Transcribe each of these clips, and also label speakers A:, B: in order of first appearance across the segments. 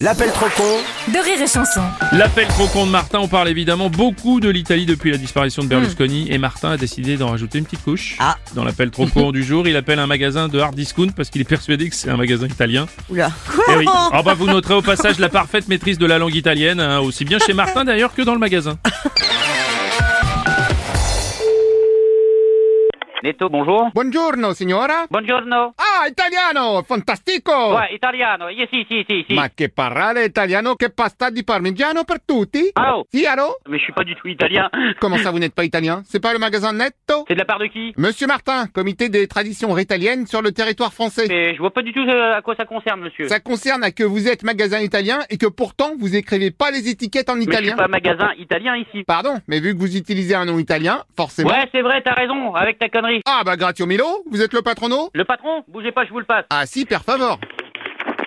A: L'appel trop con
B: de rire et chanson.
C: L'appel trop con de Martin, on parle évidemment beaucoup de l'Italie depuis la disparition de Berlusconi et Martin a décidé d'en rajouter une petite couche.
D: Ah.
C: Dans l'appel trop con du jour, il appelle un magasin de hard discount parce qu'il est persuadé que c'est un magasin italien.
D: Oula.
C: Eh oui. Ah bah vous noterez au passage la parfaite maîtrise de la langue italienne, hein, aussi bien chez Martin d'ailleurs que dans le magasin.
E: Netto, bonjour.
F: Buongiorno signora.
E: Buongiorno.
F: Ah, italiano, fantastico.
E: Ouais, italiano. Yeah, si, si, si, si.
F: Ma che parlare italiano che pasta di parmigiano per tutti?
E: Ah, oh.
F: Si, allô
E: Mais je suis pas du tout italien.
F: Comment ça vous n'êtes pas italien C'est pas le magasin Netto
E: C'est de la part de qui
F: Monsieur Martin, comité des traditions italiennes sur le territoire français.
E: Mais je vois pas du tout euh, à quoi ça concerne, monsieur.
F: Ça concerne à que vous êtes magasin italien et que pourtant vous écrivez pas les étiquettes en
E: Mais je suis
F: italien.
E: pas magasin italien ici.
F: Pardon, mais vu que vous utilisez un nom italien, forcément.
E: Ouais, c'est vrai, t'as raison, avec ta connerie.
F: Ah bah Gratio Milo, vous êtes le patrono
E: Le patron, bougez pas, je vous le passe.
F: Ah si, per favor.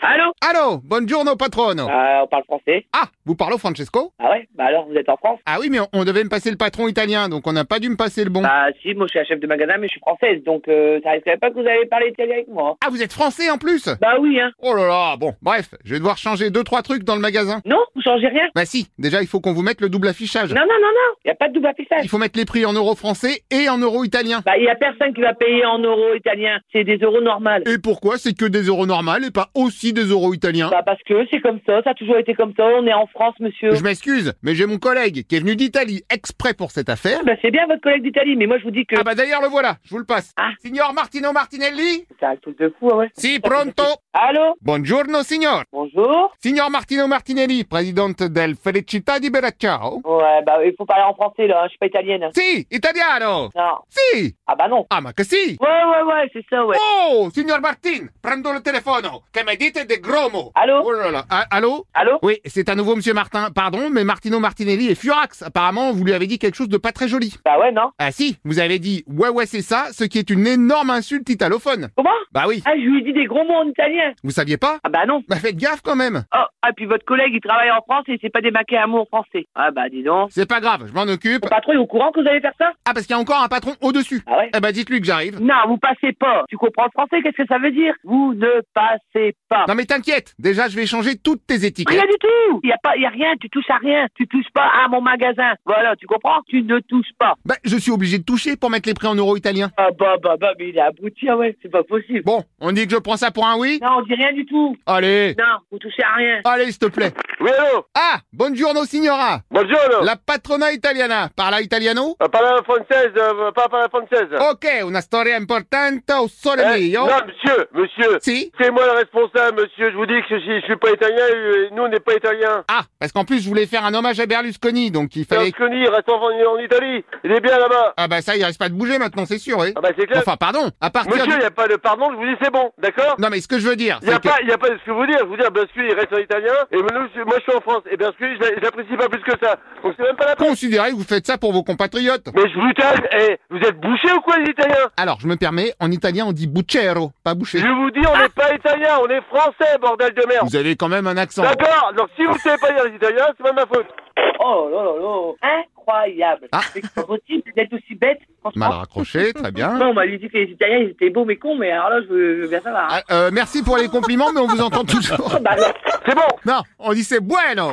E: Allô
F: Allô, buongiorno patrono.
G: Ah, on parle français.
F: Ah, vous parlez au Francesco
G: Ah ouais Bah alors, vous êtes en France
F: Ah oui, mais on, on devait me passer le patron italien, donc on n'a pas dû me passer le bon.
G: Bah si, moi je suis la chef de magasin, mais je suis française, donc euh, ça risquerait pas que vous avez parlé italien avec moi. hein.
F: Ah, vous êtes français en plus
G: Bah oui, hein.
F: Oh là là, bon, bref, je vais devoir changer deux trois trucs dans le magasin.
G: Non Vous changez rien
F: Bah si, déjà il faut qu'on vous mette le double affichage.
G: Non, non, non, non. Y a pas de double
F: Il
G: affichage.
F: faut mettre les prix en euros français et en euros italiens.
G: Bah y a personne qui va payer en euros italiens. C'est des euros normales.
F: Et pourquoi c'est que des euros normales et pas aussi des euros italiens
G: Bah parce que c'est comme ça, ça a toujours été comme ça, on est en France, monsieur.
F: Je m'excuse, mais j'ai mon collègue qui est venu d'Italie exprès pour cette affaire.
G: Bah c'est bien votre collègue d'Italie, mais moi je vous dis que...
F: Ah bah d'ailleurs le voilà, je vous le passe.
G: Ah.
F: Signor Martino Martinelli
G: C'est un truc de fou, hein, ouais.
F: Si, pronto
G: Allô
F: Buongiorno signor
G: Bonjour
F: Signor Martino Martinelli, présidente del Felicità di Beracciao
G: Ouais, bah il faut parler en français, là, hein, je suis pas italienne. hein.
F: Si, italiano
G: Non.
F: Si
G: Ah bah non.
F: Ah ma che si
G: Ouais, ouais, ouais, c'est ça, ouais.
F: Oh, signor Martin, prendo le telefono, che mi dite de gromo.
G: Allô
F: Oh là là, ah, allô
G: Allô
F: Oui, c'est à nouveau monsieur Martin. Pardon, mais Martino Martinelli est furax. Apparemment, vous lui avez dit quelque chose de pas très joli.
G: Bah ouais, non.
F: Ah si, vous avez dit ouais ouais c'est ça, ce qui est une énorme insulte italophone.
G: Comment
F: Bah oui,
G: Ah, je lui ai dit des gros mots en italien.
F: vous saviez pas
G: Ah bah non.
F: Bah faites gaffe quand même.
G: Oh, ah, puis votre collègue, il travaille en France et c'est pas des maquets à mots en français. Ah bah dis donc.
F: C'est pas grave, je m'en occupe.
G: Mon patron est au courant que vous allez faire ça
F: Ah parce qu'il y a encore un patron au-dessus.
G: Ah ouais
F: Eh bah dites-lui que j'arrive.
G: Non, vous passez pas. Tu comprends le français, qu'est-ce que ça veut dire Vous ne passez pas.
F: Non mais t'inquiète, déjà je vais changer toutes tes étiquettes.
G: Rien du tout Il y a pas, il y a rien, tu touches à rien. Tu touches pas à mon magasin. Voilà, tu comprends Tu ne touches pas.
F: Bah je suis obligé de toucher pour mettre les prix en euros italiens.
G: Ah bah bah bah, mais il est abruti, ah ouais, c'est pas possible.
F: Bon, on dit que je prends ça pour un oui
G: Non, on dit rien du tout.
F: Allez,
G: Non, vous touchez à rien.
F: allez s'il te plaît.
H: Oui, allô
F: Ah, buongiorno signora
H: Buongiorno
F: La patrona italiana, parla italiano?
H: Euh, Parle à la française, euh, pas parle à la française
F: Ok, una storia importante, au sole
H: Hein
F: mio.
H: Non, monsieur, monsieur
F: Si?
H: C'est moi le responsable, monsieur, je vous dis que je, suis- je suis pas italien, euh, nous on n'est pas italien
F: Ah, parce qu'en plus je voulais faire un hommage à Berlusconi, donc il fallait...
H: Berlusconi, il reste en, en Italie, il est bien là-bas
F: Ah bah ça, il risque pas de bouger maintenant, c'est sûr, oui.
H: Ah bah c'est clair
F: Enfin, pardon, à partir
H: Monsieur, il
F: du...
H: n'y a pas de pardon, je vous dis c'est bon, d'accord
F: Non mais ce que je veux dire,
H: Il n'y a,
F: c'est que...
H: pas- y a pas de ce que vous dire, je vous dire, Berlusconi il reste en italien, et nous, je- moi je suis en France, et Berlusconi, je l'a- je l'apprécie pas plus que ça, donc c'est même pas la peine
F: Considérez que vous faites ça pour vos compatriotes.
H: Mais je vous calme, eh, vous êtes bouché ou quoi les Italiens
F: Alors, je me permets, en italien on dit bucero, pas boucher.
H: Je vous dis, on n'est pas italien, on est français, bordel de merde
F: Vous avez quand même un accent.
H: D'accord, donc si vous ne savez pas dire les Italiens, c'est pas de ma faute.
G: Oh là là là. Incroyable.
F: Ah.
G: C'est pas possible d'être aussi bête.
F: Mal
G: franchement.
F: raccroché, très bien.
G: Non, on m'a dit que les Italiens, ils étaient beaux mais cons, mais alors là, je veux, je veux bien savoir. Oh, hein.
F: Ah, euh, merci pour les compliments, mais on vous entend toujours.
G: Bah, non.
H: C'est bon
F: Non, on dit c'est bueno.